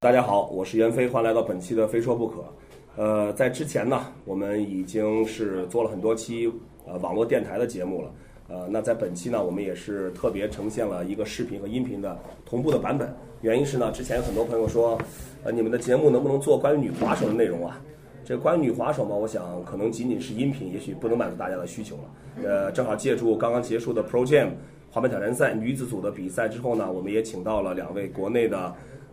大家好，我是袁飞，欢迎来到本期的《非说不可》。呃，在之前呢，我们已经是做了很多期呃网络电台的节目了。呃，那在本期呢，我们也是特别呈现了一个视频和音频的同步的版本。原因是呢，之前有很多朋友说，呃，你们的节目能不能做关于女滑手的内容啊？这关于女滑手嘛，我想可能仅仅是音频，也许不能满足大家的需求了。呃，正好借助刚刚结束的 Pro Jam 滑板挑战赛女子组的比赛之后呢，我们也请到了两位国内的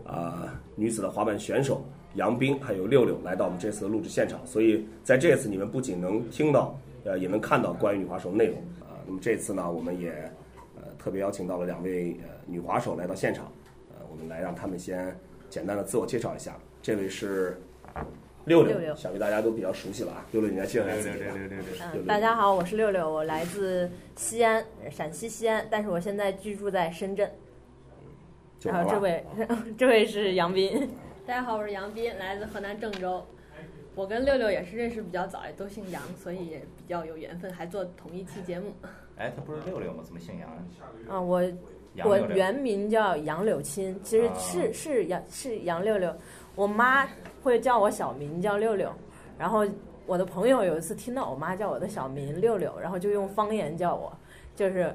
啊、呃女子的滑板选手杨冰还有六六来到我们这次的录制现场，所以在这次你们不仅能听到，呃，也能看到关于女滑手的内容啊、那么这次呢，我们也呃特别邀请到了两位呃女滑手来到现场，呃，我们来让他们先简单的自我介绍一下。这位是六六六想必大家都比较熟悉了啊。六六，你来介绍一下自己吧。对嗯，大家好，我是六六，我来自西安，陕西西安，但是我现在居住在深圳。就然完后啊这了。位， 这位是杨斌，大家好，我是杨斌，来自河南郑州。我跟六六也是认识比较早，也都姓杨，所以也比较有缘分，还做同一期节目。哎，他不是六六吗？怎么姓杨啊？啊，我杨我六六原名叫杨柳青，其实啊是是杨是杨六六，我妈会叫我小名叫六六，然后我的朋友有一次听到我妈叫我的小名六六，然后就用方言叫我，就是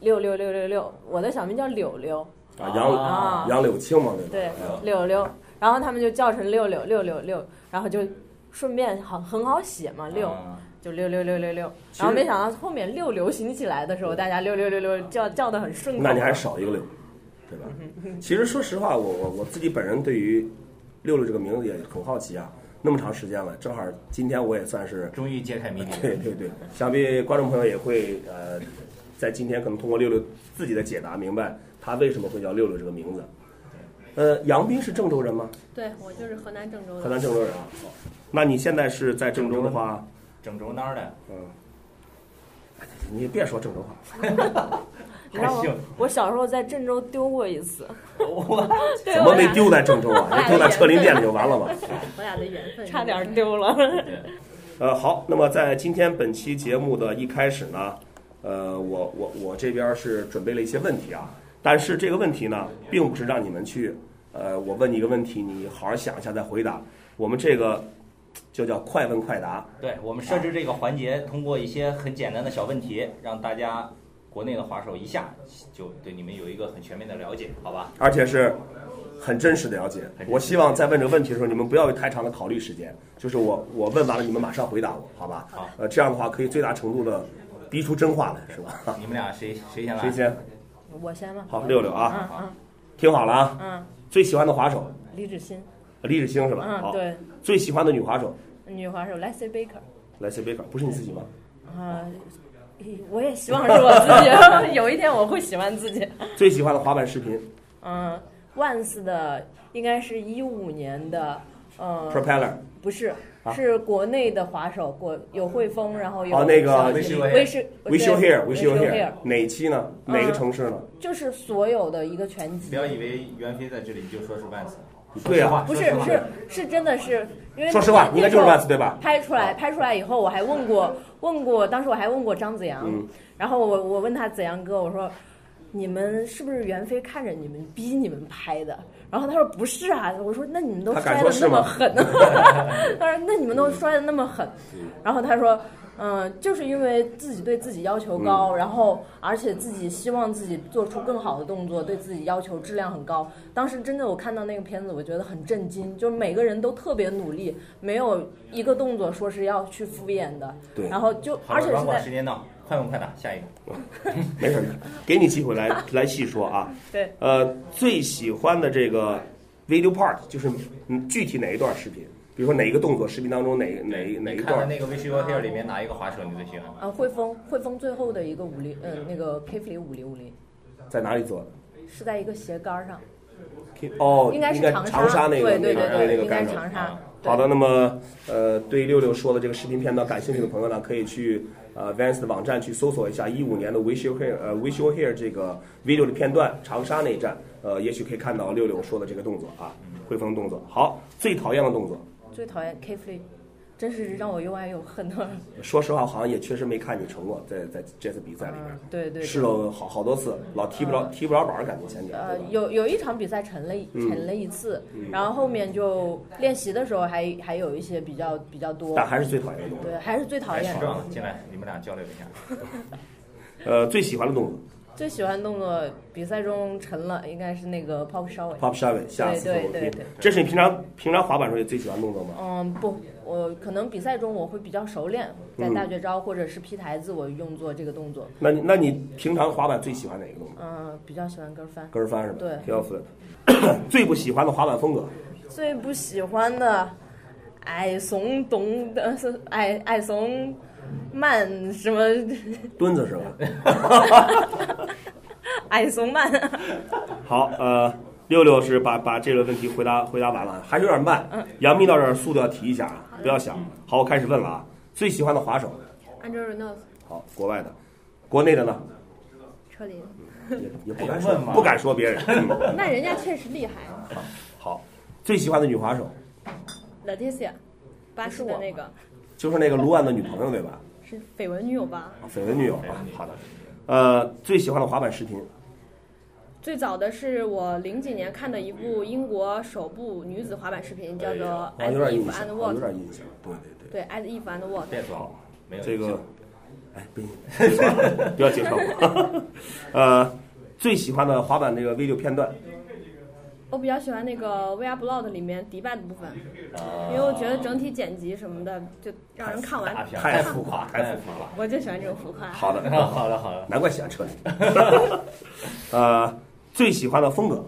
六六六六六，我的小名叫柳柳，啊，杨啊杨柳青嘛，对吧？对啊，柳柳，然后他们就叫成六六六六六，然后就顺便好很好写嘛，六啊就六六六六六，其实然后没想到后面六流行起来的时候，大家六六六六叫叫的很顺口。那你还少一个六，对吧？嗯其实说实话，我我我自己本人对于六六这个名字也很好奇啊，那么长时间了，正好今天我也算是 终于揭开谜底。对对对，想必观众朋友也会呃，在今天可能通过六六自己的解答明白他为什么会叫六六这个名字。呃，杨斌是郑州人吗？对我就是河南郑州河的，南郑州人啊。嗯哦那你现在是在郑州的话，郑州哪儿 的？嗯，哎你别说郑州话，你知道还吗行？我小时候在郑州丢过一次，我对怎我么没俩丢在郑州 啊？你丢在车林店里就完了吧？我俩的缘分。差点丢了。呃，好，那么在今天本期节目的一开始呢，呃，我我我这边是准备了一些问题啊，但是这个问题呢，并不是让你们去，呃，我问你一个问题，你好好想一下再回答。我们这个就叫快问快答，对我们设置这个环节，通过一些很简单的小问题，让大家国内的滑手一下就对你们有一个很全面的了解，好吧？而且是很真实的了解真实。我希望在问这个问题的时候，你们不要有太长的考虑时间，就是我我问完了，你们马上回答我，好吧？好呃，这样的话可以最大程度的逼出真话来，是吧？你们俩谁谁先来？谁先？ 我先吧。好，六六啊，嗯嗯听好了啊，嗯，最喜欢的滑手。李芷欣，李芷星是吧？嗯，好，对，最喜欢的女滑手女滑手 Leslie Baker，莱斯贝克，不是你自己吗？啊、我也希望是我 自己，有一天我会喜欢自己。最喜欢的滑板视频嗯，Once 的应该是一五年的，呃， ，Propeller，不是，啊是国内的滑手，国有汇丰，然后有哦那个小 Wish you 李 were here w i 威士 s h You 对 Here，w i s h You Wish You Here，哪期呢？哪嗯个城市呢？就是所有的一个全集不。要以为袁飞在这里就说是万斯。对啊不说是实话是是真的是，因为说实话，应该就是那时候 Vans 对吧？拍出来，拍出来以后，我还问过，问过，当时我还问过张子阳，嗯然后我我问他子阳哥，我说你们是不是袁飞看着你们逼你们拍的？然后他说不是啊，我说那你们都他敢摔说的是那么吗狠，啊 他说那你们都摔的那么狠，然后他说。嗯，就是因为自己对自己要求嗯高，然后而且自己希望自己做出更好的动作，对自己要求质量很高。当时真的我看到那个片子，我觉得很震惊，就是每个人都特别努力，没有一个动作说是要去敷衍的。对然后就好而了，且软是广在时间到，快问快答，下一个。没事，给你机会来来细说啊。对，呃，最喜欢的这个 video part 就是嗯具体哪一段视频？比如说哪一个动作，视频当中哪哪哪一你看的段？那个《Wish You Were Here》里面哪一个滑手你最喜欢？啊，汇丰汇丰最后的一个五零，嗯，那个 K 弗里五零五零在哪里做的？是在一个斜杆上，哦，应该是应该长长沙那个那对对对个对，那个应该杆是手。长沙啊。对好的，，那么呃，对六六说的这个视频片段感兴趣的朋友呢，可以去呃 Vans 的网站去搜索一下一五年的 Wish You Here 呃 Wish You Here 这个 video 的片段，长沙那一站，呃，也许可以看到六六说的这个动作啊，汇丰动作。好，最讨厌的动作，最讨厌 K 弗里，真是让我又爱又恨的。说实话，好像也确实没看你成过，在在这次比赛里面嗯，对对。嗯试了好好多次，老踢不着踢不着板儿，感觉前点。呃对，吧有有一场比赛沉了一嗯沉了一次，然后后面就练习的时候还还有一些比较比较多但，还是最讨厌的动作。对，还是最讨来，厌徐的。壮进来，你们俩交流一下。呃，最喜欢的动作最喜欢动作比赛中沉了，应该是那个 pop shot。 ，pop s h o v 下次对我对踢对对。这是你平常平常滑板时候也最喜欢动作吗？嗯，不，我可能比赛中我会比较熟练，在嗯大绝招或者是劈台子，我用做这个动作。那你那你平常滑板最喜欢哪个动作？嗯，比较喜欢跟翻。跟儿翻是吧？对 k i l flip。最不喜欢的滑板风格，最不喜欢的，矮怂懂的是矮矮怂，慢什么蹲子是吧？矮怂慢。好，呃，六六是把把这个问题回答回答完了，还是有点慢。嗯杨幂到这儿速度要提一下啊，不要想。好，我开始问了啊，最喜欢的滑手， Andrew Reynolds 好，国外的，国内的呢，车林，也也不敢哎说问嘛不敢说别人。 嗯那人家确实厉害好，最喜欢的女滑手，Leticia，巴西的那个就是那个卢万的女朋友对吧？是绯闻女友吧？啊绯闻女友啊，好的。呃，最喜欢的滑板视频，最早的是我零几年看的一部英国首部女子滑板视频，叫做啊《，As 有点 If 印象， and 啊有 What》。点印象，对对对。对，As If and What。别说，没有这印个象，哎，不要不要介绍我。呃，最喜欢的滑板这个 video 片段，我比较喜欢那个 VR Blog 里面迪拜的部分，因为我觉得整体剪辑什么的，就让人看呃大完，片太浮夸，太太浮浮夸。我就喜欢这种浮夸。好的， 好了好了，难怪喜欢车里。 呃，最喜欢的风格，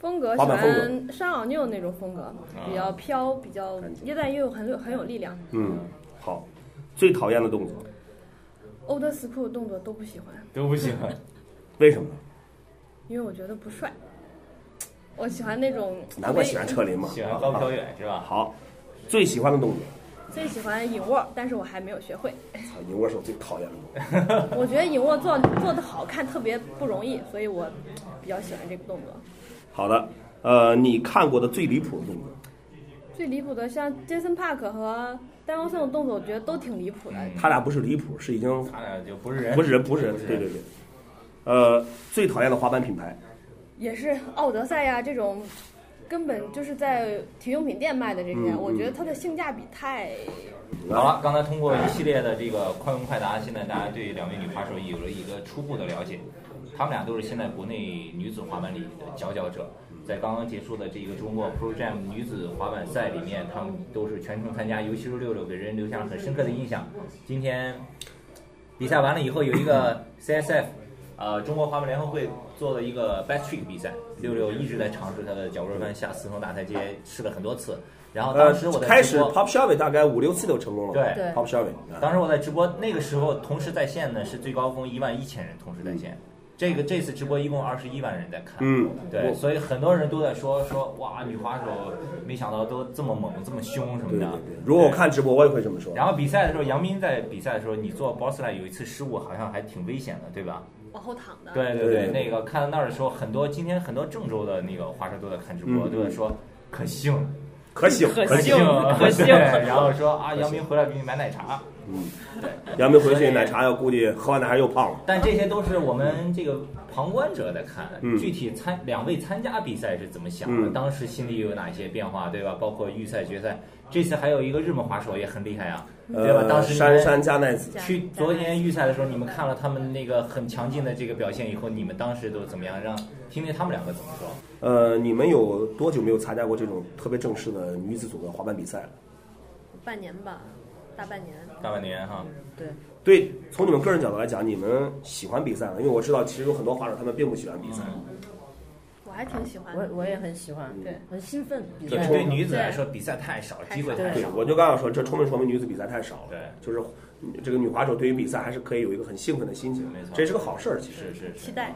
风格喜滑板风啊欢山奥妞那种风格，比较飘，比较干净也但也有很有很有力量。嗯，好。最讨厌的动作，欧德斯库的动作都不喜欢，都不喜欢。为什么呢？因为我觉得不帅。我喜欢那种难怪喜欢车林嘛。啊喜欢高飘远是吧？好，最喜欢的动作，最喜欢影卧，但是我还没有学会。操，银窝是我最讨厌的动作。我觉得影卧做做的好看特别不容易，所以我比较喜欢这个动作。好的，呃，你看过的最离谱的动嗯作，最离谱的像 Jason Park 和丹翁森的动作，我觉得都挺离谱的。嗯他俩不是离谱，是已经他俩就哎不是人，不是人，不是人，对对对。呃，最讨厌的滑板品牌，也是奥德赛呀、这种，根本就是在体育用品店卖的这些，嗯我觉得它的性价比太……好了，刚才通过一系列的这个快问快答，现在大家对两位女滑手有了一个初步的了解。她们俩都是现在国内女子滑板里的佼佼者，在刚刚结束的这一个周末 Pro Jam 女子滑板赛里面，她们都是全程参加，尤其是六六给人留下很深刻的印象。今天比赛完了以后，有一个 CSF，呃，中国滑板联合会做了一个 Best Trick 比赛，六六一直在尝试他的脚步翻下四层大台阶，试了很多次。然后当时我在呃开直始播 Pop Shelby 大概五六次就成功了。对对，Pop Shelby 啊当时我在直播，那个时候同时在线呢是最高峰一万一千人同时在线，这个这次直播一共二十一万人在看。嗯对，所以很多人都在说说哇，女滑手没想到都这么猛，这么凶什对么对的。对，如果我看直播，我也会这么说对。。然后比赛的时候，杨斌在比赛的时候，你做 boss line 有一次失误，好像还挺危险的，对吧？往后躺的，对对对对，那个看到那儿的时候，很多今天很多郑州的那个滑手都在看直播，嗯都在说可幸可幸，可幸，可幸，然后说啊，杨斌回来给你买奶茶。杨明回去奶茶要估计喝完奶茶又胖了。但这些都是我们这个旁观者在看，嗯具体参两位参加比赛是怎么想的，嗯当时心里有哪些变化，对吧？包括预赛、决赛，这次还有一个日本滑手也很厉害啊，对吧？当呃，时你杉们杉加奈子，去昨天预赛的时候，你们看了他们那个很强劲的这个表现以后，你们当时都怎么样？让听听他们两个怎么说。呃，你们有多久没有参加过这种特别正式的女子组的滑板比赛了？半年吧，大半年。大半年哈，对，对，从你们个人角度来讲，你们喜欢比赛吗？因为我知道，其实有很多滑手他们并不喜欢比赛。嗯我还挺喜欢的我。我也很喜欢，对，很兴奋比对赛。对女子来说比赛太少，机会太对少，。我就刚想说，这充分说明女子比赛太少了。对就是这个女滑手对于比赛还是可以有一个很兴奋的心情，没错这是个好事儿，其实。是是是期待。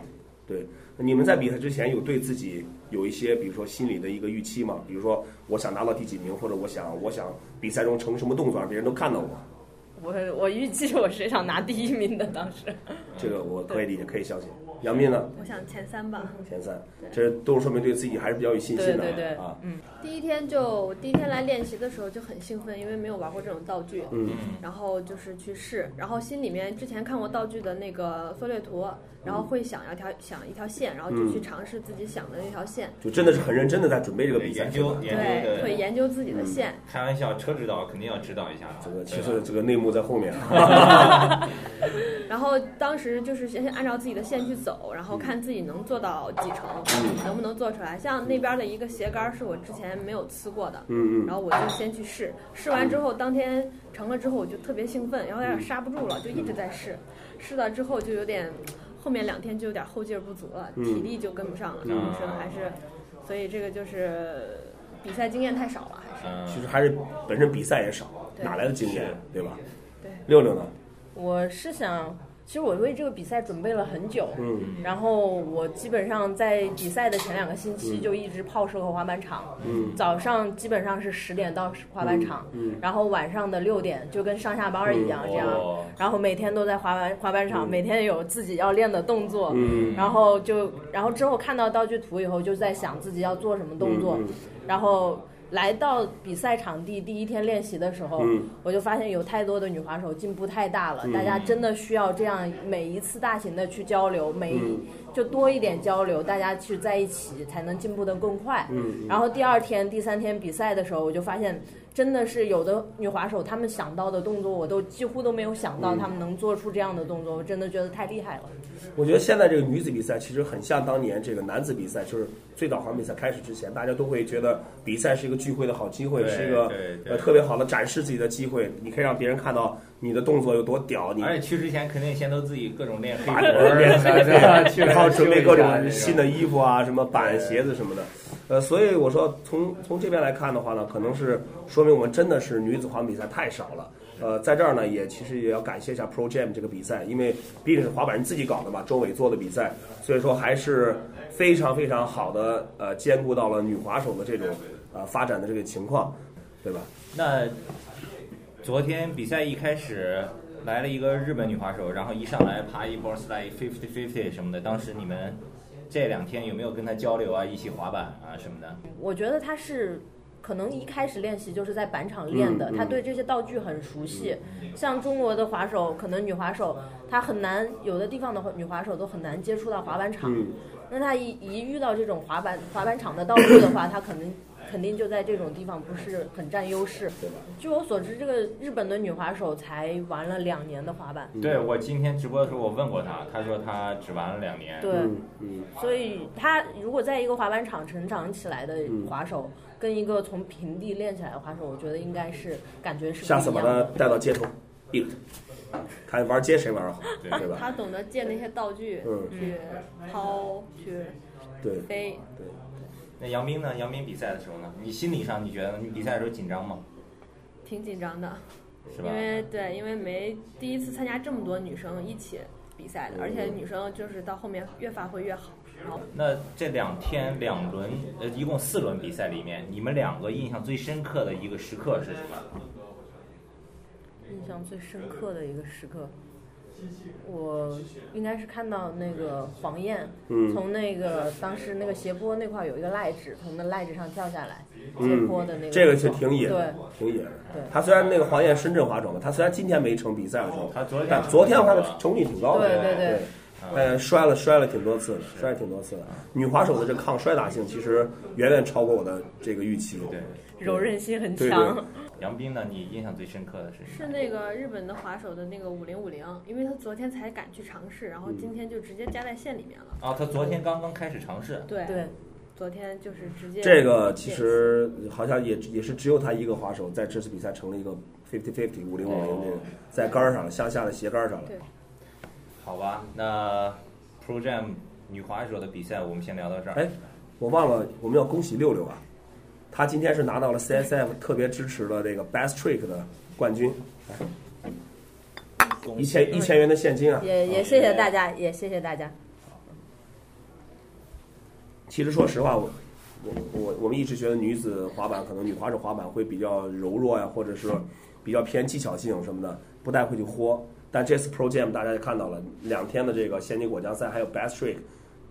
对，你们在比赛之前有对自己有一些，比如说心理的一个预期吗？比如说我想拿到第几名，或者我想我想比赛中成什么动作让别人都看到我。嗯我我预计我是想拿第一名的，当时这个我可以理解，可以相信。杨幂呢？我想前三吧。前三，这都是说明对自己还是比较有信心的对对对啊。嗯第一天就我第一天来练习的时候就很兴奋，因为没有玩过这种道具，嗯然后就是去试，然后心里面之前看过道具的那个缩略图，然后会想要条想一条线，然后就去尝试自己想的那条线，就真的是很认真的在准备这个对比赛，研究是吧嗯研究对，会的，研究自己的线。开玩笑，车指导肯定要指导一下了。这个对其吧实这个内幕在后面啊。嗯然后当时就是先按照自己的线去走，然后看自己能做到几成，嗯能不能做出来。像那边的一个斜杆儿是我之前没有吃过的，嗯嗯，然后我就先去试，试完之后当天成了之后我就特别兴奋，然后有嗯点刹不住了，就一直在试，试了之后就有点，后面两天就有点后劲儿不足了，嗯体力就跟不上了，女生还是，所以这个就是比赛经验太少了，还是嗯，其实还是本身比赛也少，对哪来的经验，对吧？对。六六呢？我是想，其实我为这个比赛准备了很久，嗯然后我基本上在比赛的前两个星期就一直泡社和滑板场，嗯早上基本上是十点到滑板场，嗯嗯然后晚上的六点就跟上下班儿一样、嗯这样哦，然后每天都在滑板滑板嗯场，每天有自己要练的动作，嗯然后就然后之后看到道具图以后就在想自己要做什么动作，嗯嗯然后。来到比赛场地第一天练习的时候，嗯我就发现有太多的女滑手进步太大了，大家真的需要这样每一次大型的去交流，每一、嗯就多一点交流，大家去在一起才能进步得更快。嗯嗯然后第二天、第三天比赛的时候，我就发现真的是有的女滑手她们想到的动作，我都几乎都没有想嗯到她们能做出这样的动作，我真的觉得太厉害了。我觉得现在这个女子比赛其实很像当年这个男子比赛，就是最早好像比赛开始之前，大家都会觉得比赛是一个聚会的好机会，对是一个对对呃特别好的展示自己的机会。你可以让别人看到你的动作有多屌，你而且去之前肯定先都自己各种练 黑活 对儿啥的，去了 然后准备各修一下这种种新的衣服啊，什么板、对鞋子什么的。呃，所以我说从从这边来看的话呢，可能是说明我们真的是女子滑板比赛太少了。呃，在这儿呢，也其实也要感谢一下 Pro Jam 这个比赛，因为毕竟是滑板人自己搞的嘛，周伟做的比赛，所以说还是非常非常好的，呃，兼顾到了女滑手的这种呃发展的这个情况，对吧？那昨天比赛一开始来了一个日本女滑手，然后一上来爬一波 slide fifty fifty 什么的，当时你们这两天有没有跟她交流啊，一起滑板啊什么的？我觉得她是。可能一开始练习就是在板场练的，嗯嗯她对这些道具很熟悉。嗯像中国的滑手，可能女滑手她很难，有的地方的女滑手都很难接触到滑板场。嗯那她一一遇到这种滑板滑板场的道具的话，她可能肯定就在这种地方不是很占优势。对吧？据我所知，这个日本的女滑手才玩了两年的滑嗯板，对我今天直播的时候我问过她，她说她只玩了两年。对，嗯嗯所以她如果在一个滑板场成长起来的嗯滑手，跟一个从平地练起来的滑手，我觉得应该是感觉是下次不一把它样的。带到街头，一看玩街谁玩得好，对对吧？他懂得借那些道具嗯去抛、去对。飞，那杨斌呢？杨斌比赛的时候呢？你心理上你觉得你比赛的时候紧张吗？挺紧张的。是吧因？为对，因为没第一次参加这么多女生一起比赛嗯的，而且女生就是到后面越发挥越好。然后那这两天两轮，呃，一共四轮比赛里面，你们两个印象最深刻的一个时刻是什么？印象最深刻的一个时刻，我应该是看到那个黄燕，嗯从那个当时那个斜坡那块有一个赖子，从那赖子上跳下来，斜嗯坡的那，个这个是动作挺野对的，，挺野的对。他虽然那个黄燕深圳滑手嘛，他虽然今天没成比赛的时候，他昨天但昨天我看他成绩挺高的，对对对呃，摔了摔了挺多次的，摔了挺多次的。女滑手的这抗摔打性其实远远超过我的这个预期。对，柔韧性很对强。对杨斌呢？你印象最深刻的是什是么？那个日本的滑手的那个五零五零，因为他昨天才敢去尝试，嗯然后今天就直接加在线里面了。啊，他昨天刚刚开始尝试。对，对，昨天就是直接这个其实好像也也是只有他一个滑手在这次比赛成了一个 fifty fifty 五零五零这个在杆儿上了，向下的斜杆儿上了。对好吧，那 Pro Jam 女滑手的比赛我们先聊到这儿。哎，我忘了，我们要恭喜六六啊！他今天是拿到了 CSF 特别支持的这个 Best Trick 的冠军，恭喜一千一千元的现金啊！也也谢谢大家，也谢谢大家。其实说实话，我我我我们一直觉得女子滑板可能女滑手滑板会比较柔弱呀、或者是比较偏技巧性什么的，不太会去豁。但这次 Pro Jam 大家也看到了，两天的这个仙女果酱赛还有 Best Trick，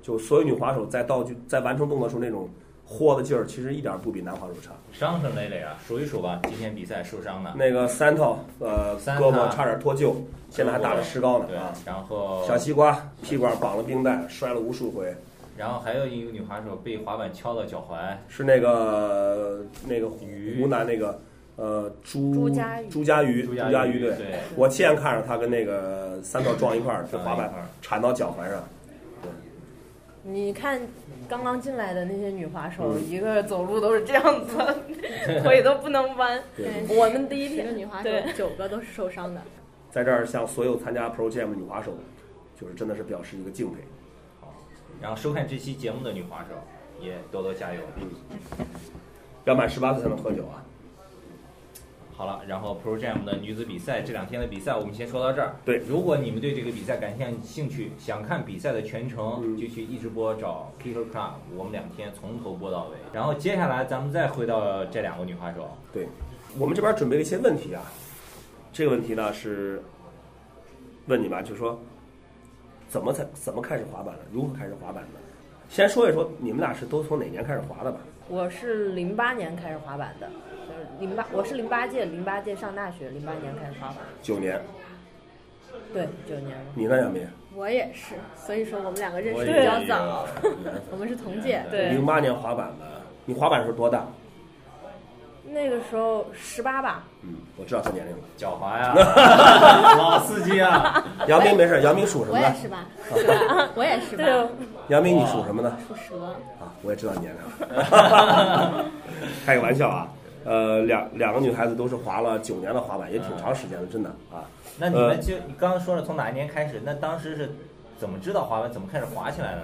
就所有女滑手在道具在完成动作时候那种豁的劲儿，其实一点儿不比男滑手差。伤痕累累啊，数一数吧，今天比赛受伤的，那个三套呃三胳套膊差点脱臼，现在还打着石膏呢对啊。，然后小西瓜屁股上绑了冰袋，摔了无数回，然后还有一个女滑手被滑板敲到脚踝，是那个那个鱼湖南那个呃朱朱家鱼朱家鱼朱家鱼对对，我亲眼看着他跟那个三套撞一块儿，被滑板撞一块儿铲到脚踝上。你看刚刚进来的那些女滑手，一个走路都是这样 子，腿都不能弯。对，我们第一十个天女滑手对九个都是受伤的，在这儿向所有参加 Pro Jam 的女滑手，就是真的是表示一个敬佩。然后收看这期节目的女滑手也多多加油。要满十八岁才能喝酒啊！好了，然后 Pro Jam 的女子比赛这两天的比赛，我们先说到这儿。对如果你们对这个比赛感兴兴趣，想看比赛的全程，嗯就去一直播找 Kicker Club，我们两天从头播到尾。然后接下来咱们再回到这两个女滑手，对，我们这边准备了一些问题啊，这个问题呢是问你们啊，就是说怎么才怎么开始滑板的，如何开始滑板的？先说一说你们俩是都从哪年开始滑的吧？我是零八年开始滑板的，就是零八，我是零八届，零八届上大学，零八年开始滑板，九年，对，九年了。你呢，杨明？我也是，所以说我们两个认识我比也较有啊早，我们是同届，对零八年滑板的，你滑板的时候多大？那个时候十八吧，嗯，我知道他年龄了。脚 滑呀，老司机啊，杨明没事，杨明属什我么也的？是吧， 是吧？我也是吧，对，杨明你属什么 的？属蛇，啊，我也知道你年龄了， 开个玩笑啊。呃，两两个女孩子都是滑了九年的滑板，也挺长时间了，真的啊。那你们就你刚刚说了从哪一年开始？那当时是怎么知道滑板，怎么开始滑起来的呢？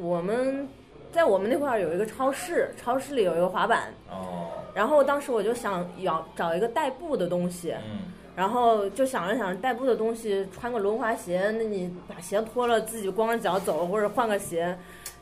我们在我们那块儿有一个超市，超市里有一个滑板，哦，然后当时我就想要找一个代步的东西，嗯，然后就想着想着代步的东西，穿个轮滑鞋，那你把鞋脱了，自己光着脚走，或者换个鞋，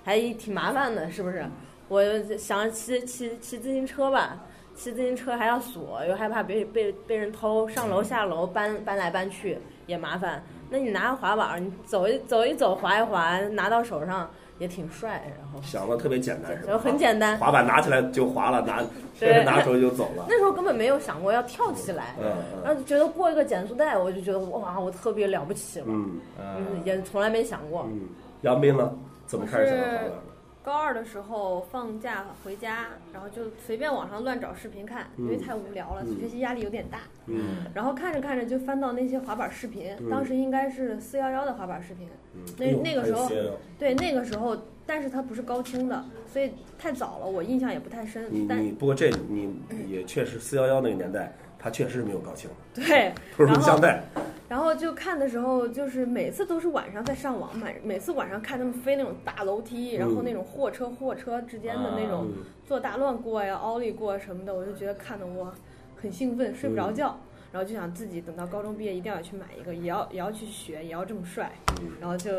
还挺麻烦的，是不是？我就想着骑骑骑自行车吧，骑自行车还要锁，又害怕被被被人偷，上楼下楼搬搬来搬去也麻烦。那你拿个滑板儿，你走一走一走，滑一滑，拿到手上也挺帅，然后想的特别简单是吧？就很简单。滑板拿起来就滑了，拿对甚至 拿手就走了。那时候根本没有想过要跳起来，嗯然后觉得过一个减速带，我就觉得哇，我特别了不起了。嗯嗯，嗯，也从来没想过。嗯，杨斌呢？怎么开始想到滑板的？高二的时候放假回家，然后就随便网上乱找视频看，因为嗯太无聊了，嗯学习压力有点大。嗯然后看着看着就翻到那些滑板视频，当时应该是四幺幺的滑板视频，嗯，那哎呦那个时候还有些对那个时候，但是它不是高清的，所以太早了，我印象也不太你深。但你不过这你也确实四幺幺那个年代，它确实没有高清，对，不是录然像后带。然后就看的时候，就是每次都是晚上在上网，每每次晚上看他们飞那种大楼梯，然后那种货车货车之间的那种嗯做大乱过呀、奥利过什么的，我就觉得看得我很兴奋，睡不着觉。然后就想自己等到高中毕业一定要去买一个，也要也要去学，也要这么帅，然后就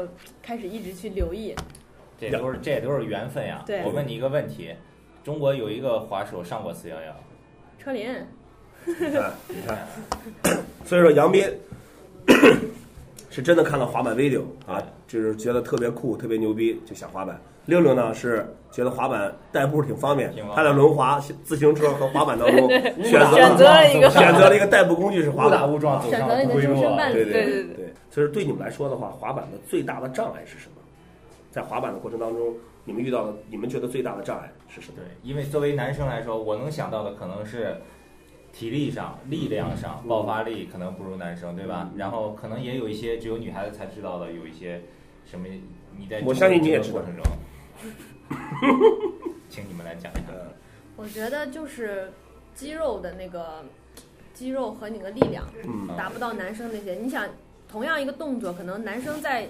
开始一直去留意。这都是这都是缘分呀。对我问你一个问题，中国有一个滑手上过四幺幺，车林，你看，你看， 所以说杨斌是真的看了滑板 video 啊，就是觉得特别酷、特别牛逼，就想滑板。六六呢是觉得滑板代步挺方便挺方，便他在轮滑、自行车和滑板当中选择选择了了一 个选择了一个代步工具是滑误打板。误撞走上选择了你的归路终身啊伴侣对对对对对对，所以对你们来说的话，滑板的最大的障碍是什么？在滑板的过程当中，你们遇到的，你们觉得最大的障碍是什么对？，因为作为男生来说，我能想到的可能是体力上、力量上、爆发力可能不如男生，对吧？然后可能也有一些只有女孩子才知道的，有一些什么你在我相信你也知这道个过程中， 请你们来讲一下。呃，我觉得就是肌肉的那个肌肉和你的力量，嗯达不到男生那些。你想，同样一个动作，可能男生在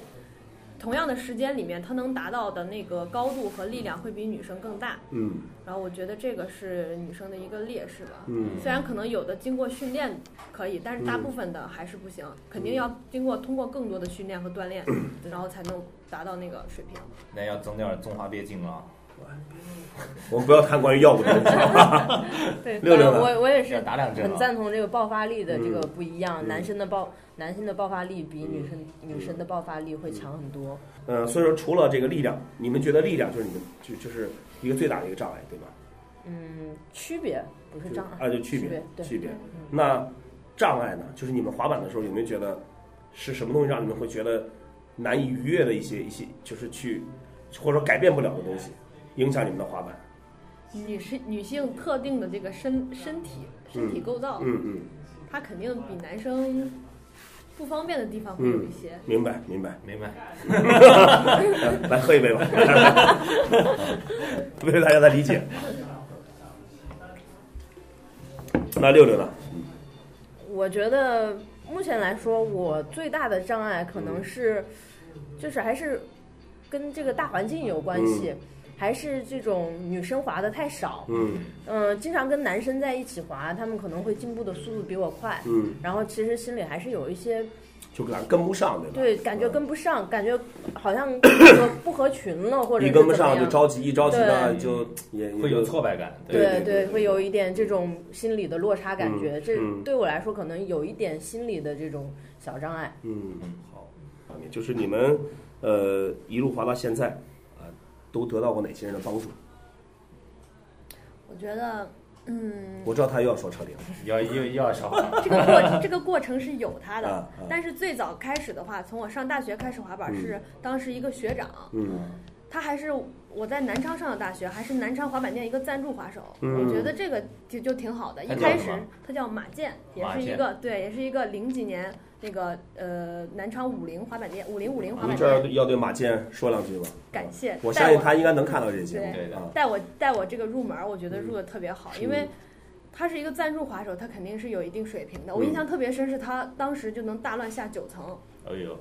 同样的时间里面，他能达到的那个高度和力量会比女生更大。嗯然后我觉得这个是女生的一个劣势吧。嗯虽然可能有的经过训练可以，但是大部分的还是不行，肯定要经过通过更多的训练和锻炼，然后才能达到那个水平。那要增点儿中华鳖精啊，我们不要谈关于药物的东西啊。对，六六呢我我也是打两针很啊赞同这个爆发力的这个嗯不一样，男生的爆男性的爆发力比女生女生的爆发力会强很多。呃，所以说除了这个力量，你们觉得力量就是你们就就是一个最大的一个障碍，对吧？嗯，区别不是就障碍，啊，就区别对区别。那障碍呢？就是你们滑板的时候有没有觉得是什么东西让你们会觉得难以逾越的一些一些，就是去或者说改变不了的东西，影响你们的滑板？女性女性特定的这个身身体身体构造，嗯嗯，她肯定比男生不方便的地方会有一些。明白明白。 明白？来来喝一杯吧， 为了大家的理解。那六六呢？我觉得目前来说，我最大的障碍可嗯能是，就是还是跟这个大环境有关系，还是这种女生滑的太少。嗯嗯、经常跟男生在一起滑，他们可能会进步的速度比我快。嗯，然后其实心里还是有一些就咱跟不上，对吧？对感觉跟不上，感嗯觉 好像说不合群了，或者一是跟不怎么上就样着急，一着急呢对就也会有也就挫败感，对对对对会有一点这种心理的落差感觉，嗯嗯这对我来说可能有一点心理的这种小障碍。嗯，好，就是你们呃一路滑到现在啊、都得到过哪些人的帮助？我觉得，嗯，我知道他又要说车龄，要又又要 少。这个 过这个过程是有它啊的啊，但是最早开始的话，从我上大学开始滑板是当时一个学长，嗯他还是我在南昌上的大学，还是南昌滑板店一个赞助滑手。嗯我觉得这个就就挺好的。一他叫开什始么他叫马健，也马是一健个对，也是一个零几年那个呃南昌五菱滑板店，五菱五菱滑你嗯板这儿店。要对马健说两句吧。感谢我带相信我他应该能看到这节目。对的啊，带我带我这个入门儿，我觉得入的特别好，嗯因为他是一个赞助滑手，他肯定是有一定水平嗯的。我印象特别深是他当时就能大乱下九层，哎呦，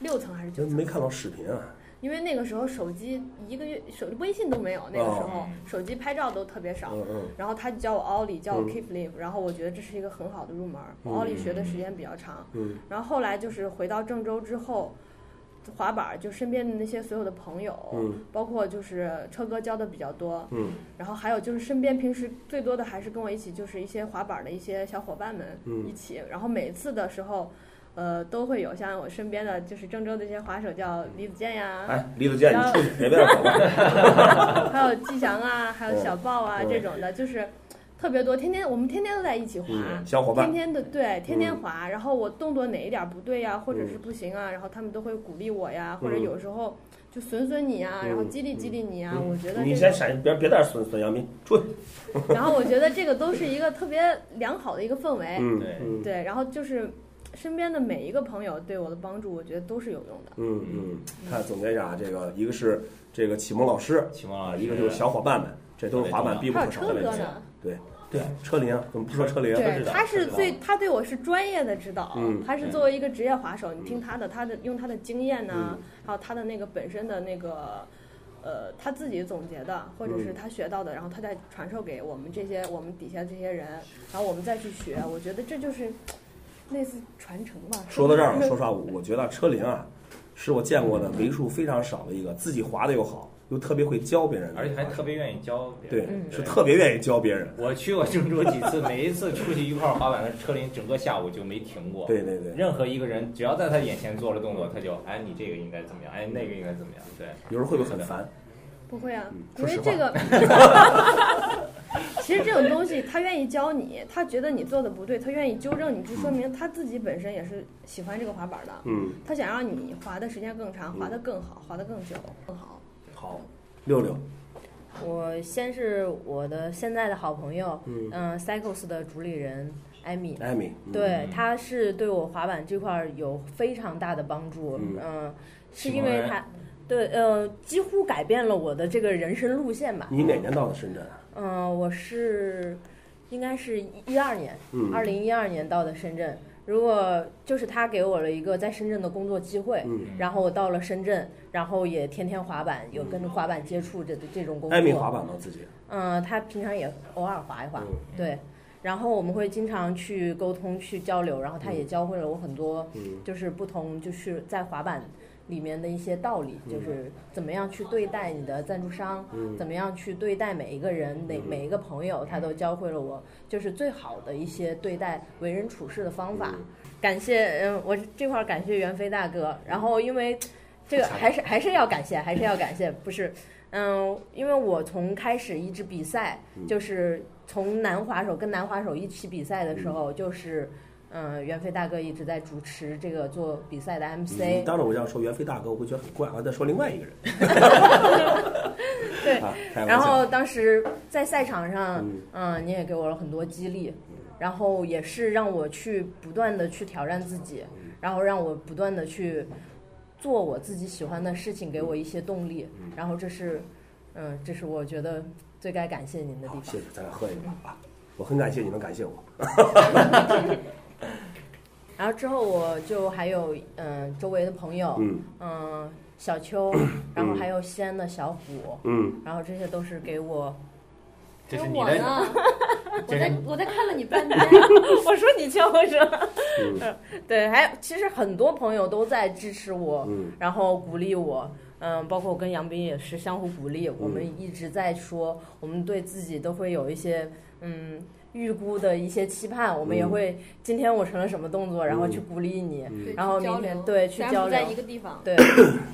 六层还是九真层？没看到视频啊。因为那个时候手机一个月手微信都没有，那个时候哦手机拍照都特别少。嗯嗯然后他就叫我 Ollie，叫我嗯 Keep Live，、然后我觉得这是一个很好的入门儿。嗯 Ollie 学的时间比较长，嗯然后后来就是回到郑州之后，滑板儿就身边的那些所有的朋友，嗯包括就是车哥教的比较多，嗯然后还有就是身边平时最多的还是跟我一起就是一些滑板儿的一些小伙伴们嗯一起，然后每次的时候，呃，都会有像我身边的就是郑州的一些滑手叫李子健呀、哎，李子健，你出去别在这儿搞吧。还有季翔啊，还有小豹啊、嗯这种的，就是特别多，天天我们天天都在一起滑，嗯， 小伙天伴，天的对，天天滑。然后我动作哪一点不对呀、或者是不行啊，然后他们都会鼓励我呀，或者嗯有时候就损损你啊，然后嗯激励激励你啊。嗯我觉得你这先个，闪，别别在这儿损损杨斌，出去。然后我觉得这个都是一个特别良好的一个氛围，嗯对嗯哎对。然后就是身边的每一个朋友对我的帮助，我觉得都是有用的。嗯嗯，看总结一下啊，这个一个是这个启蒙老师，启蒙啊，老师，一个就是小伙伴们，这都是滑板必不还可有少车的哥问题。呢，对对，车龄怎么不说车龄？啊对对知，道他知是道最他对我是专业的指导，嗯他是嗯作为一个职业滑手，你听他的，他的用他的经验呐、嗯还有他的那个本身的那个。呃，他自己总结的，或者是嗯他学到的，然后他再传授给我们这些我们底下这些人，然后我们再去学。我觉得这就是类似传承吧。说到这儿，说实话，我我觉得车龄啊，是我见过的为数非常少的一个自己滑的又好，又特别会教别人的，而且还特别愿意教别对人，，嗯是特别愿意教别人。我去过郑州几次，每一次出去一块儿滑板的车林，整个下午就没停过。对对对，任何一个人只要在他眼前做了动作，他就哎，你这个应该怎么样？哎，那个应该怎么样？对，有时候会不会很烦？不会啊，说因为实这个， 其实这种东西他愿意教你，他觉得你做的不对，他愿意纠正你，就说明他自己本身也是喜欢这个滑板的。嗯，他想让你滑的时间更长，嗯滑得更好，滑得更久，更好。好，六六，我先是我的现在的好朋友，嗯嗯、c y c l e s 的主理人艾米，艾米，嗯对，他是对我滑板这块儿有非常大的帮助，嗯嗯、是启因蒙为人他。对，呃，几乎改变了我的这个人生路线吧。你哪年到的深圳啊？嗯、我是应该是一二年，嗯，二零一二年到的深圳。如果就是他给我了一个在深圳的工作机会，嗯然后我到了深圳，然后也天天滑板，有跟滑板接触这这种工作。艾米滑板吗？自己？嗯、他平常也偶尔滑一滑，嗯对。然后我们会经常去沟通、去交流，然后他也教会了我很多，嗯就是不同，就是在滑板里面的一些道理，就是怎么样去对待你的赞助商，嗯怎么样去对待每一个人、每每一个朋友，他都教会了我，就是最好的一些对待为人处事的方法。嗯感谢，嗯，我这块儿感谢袁飞大哥，然后因为这个还是还是要感谢，还是要感谢，不是。嗯，因为我从开始一直比赛，就是从男滑手跟男滑手一起比赛的时候，就是嗯，袁飞大哥一直在主持这个做比赛的 MC，、嗯当然，我这样说袁飞大哥，我会觉得很怪，我在说另外一个人。对啊，开玩笑然后当时在赛场上嗯，嗯，你也给我了很多激励，然后也是让我去不断的去挑战自己，嗯然后让我不断的去做我自己喜欢的事情，给我一些动力。然后这是，嗯，这是我觉得最该感谢您的地好，方谢。谢，咱俩喝一个啊！我很感谢你能感谢我。然后之后我就还有嗯周围的朋友，嗯嗯 小秋，然后还有西安的小虎，嗯，然后这些都是给我这那是你哎我的，呢？ 我这是在你我在看了你半天， 我说你欠我什么？ 嗯，对，还有其实很多朋友都在支持我，嗯然后鼓励我。嗯，包括我跟杨斌也是相互鼓嗯励，我们一直在说，我们对自己都会有一些嗯预估的一些期盼，我们也嗯会今天我成了什么动作，然后去鼓励你，嗯 然后去交明天流对去虽然交不在流一个地方， 对，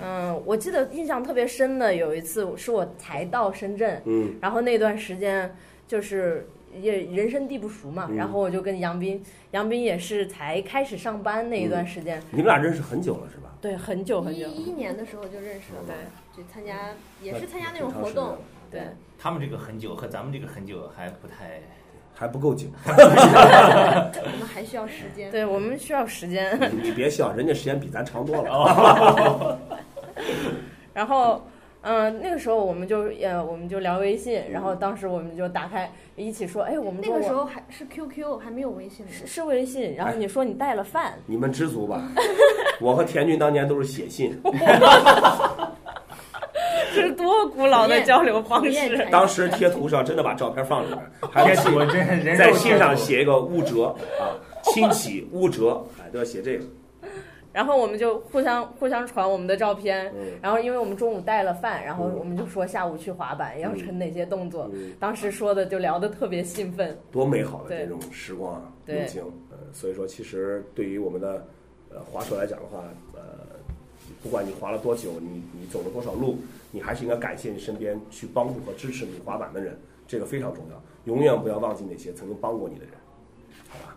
嗯，我记得印象特别深的有一次是我才到深圳，嗯，然后那段时间就是也人生地不熟嘛，嗯然后我就跟杨斌，杨斌也是才开始上班那一段时间，你们俩认识很久了是吧？嗯对，很久很一久，一年的时候就认识了吧？就参加也是参加那种挺长活时间动了，对，他们这个很久和咱们这个很久还不 太，还不够久。我们还需要时间。对我们需要时间。 你别笑，人家时间比咱长多了。然后，嗯、那个时候我们就呃，我们就聊微信，然后当时我们就打开一起说，哎，我们那说个时我候还是 QQ，还没有微信呢。是是微信，然后你说你带了 饭，你们知足吧。我和田军当年都是写信，这是多古老的交流方不厌式。馋当时贴图上真的把照片放里边，还天在气我真是人在肉信上搜索写一个乌折啊，亲戚乌折，哎，都要写这个。然后我们就互相互相传我们的照片，嗯然后因为我们中午带了饭，然后嗯我们就说下午去滑板要成哪些动作，嗯，当时说的就聊得特别兴奋。多美好的对这种时光啊，对友情。呃，所以说，其实对于我们的呃滑手来讲的话，呃，不管你滑了多久，你你走了多少路，你还是应该感谢你身边去帮助和支持你滑板的人，这个非常重要。永远不要忘记那些曾经帮过你的人，好吧？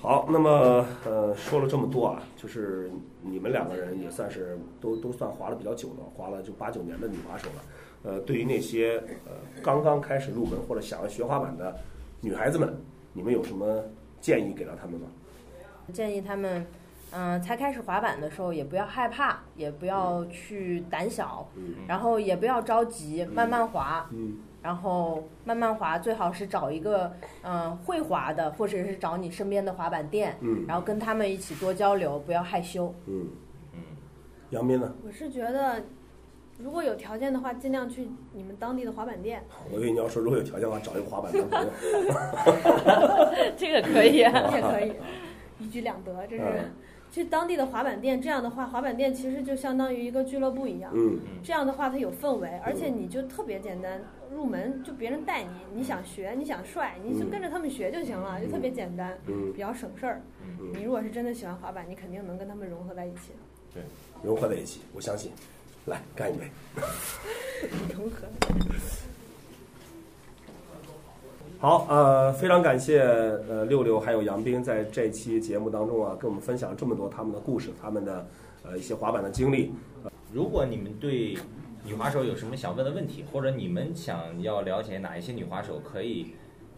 好，那么呃，说了这么多啊，就是你们两个人也算是都都算滑了比较久了，滑了就八九年的女滑手了。呃，对于那些呃刚刚开始入门或者想要学滑板的女孩子们，你们有什么建议给到他们吗？建议他们，嗯、才开始滑板的时候也不要害怕，也不要去胆小，嗯然后也不要着急，慢慢滑，嗯然后慢慢滑，最好是找一个嗯、呃会滑的，或者是找你身边的滑板店，嗯然后跟他们一起多交流，不要害羞。嗯，嗯，杨斌呢？我是觉得，如果有条件的话，尽量去你们当地的滑板店。 我以为你要说，如果有条件的话，找一个滑板男朋友。 这个可以、也 可以，一举两得，这是嗯 去当地的滑板店。这样的话，滑板店其实就相当于一个俱乐部一样。嗯这样的话，它有氛围，而且你就特别简单，入门就别人带你，你想学，你想帅，你就嗯跟着他们学就行了，就特别简单，嗯比较省事儿。嗯，你如果是真的喜欢滑板，你肯定能跟他们融合在一起。融合在一起，我相信。来干一杯！融合。好，呃，非常感谢呃六六还有杨斌在这期节目当中啊，跟我们分享了这么多他们的故事，他们的呃一些滑板的经历。如果你们对女滑手有什么想问的问题，或者你们想要了解哪一些女滑手，可以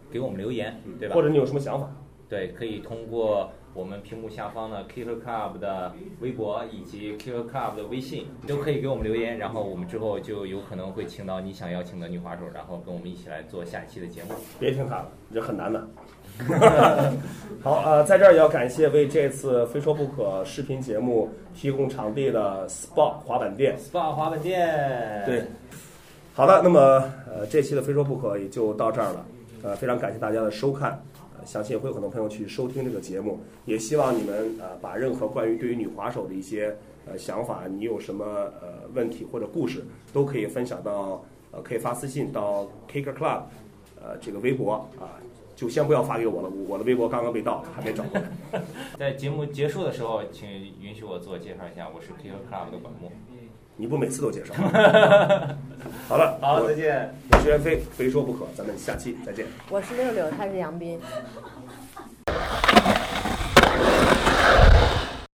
给我们留言，对吧？或者你有什么想法？对，可以通过我们屏幕下方的 Kicker Club 的微博以及 Kicker Club 的微信，都可以给我们留言，然后我们之后就有可能会请到你想邀请的女滑手，然后跟我们一起来做下一期的节目。别听他了，这很难的。 好，呃，在这儿也要感谢为这次《非说不可》视频节目提供场地的 SPA 滑板店。 SPA 滑板店，对，好的，那么呃，这期的《非说不可》也就到这儿了。呃，非常感谢大家的收看。呃相信也会有很多朋友去收听这个节目，也希望你们呃把任何关于对于女滑手的一些呃想法，你有什么呃问题或者故事，都可以分享到呃可以发私信到 Kicker Club 呃这个微博啊，就先不要发给我了，我我的微博刚刚被盗了，还没找回来。在节目结束的时候，请允许我自我介绍一下，我是 Kick Club 的管牧。你不每次都介绍？好了，我见。我是袁飞，非说不可，咱们下期再见。我是六六，他是杨斌。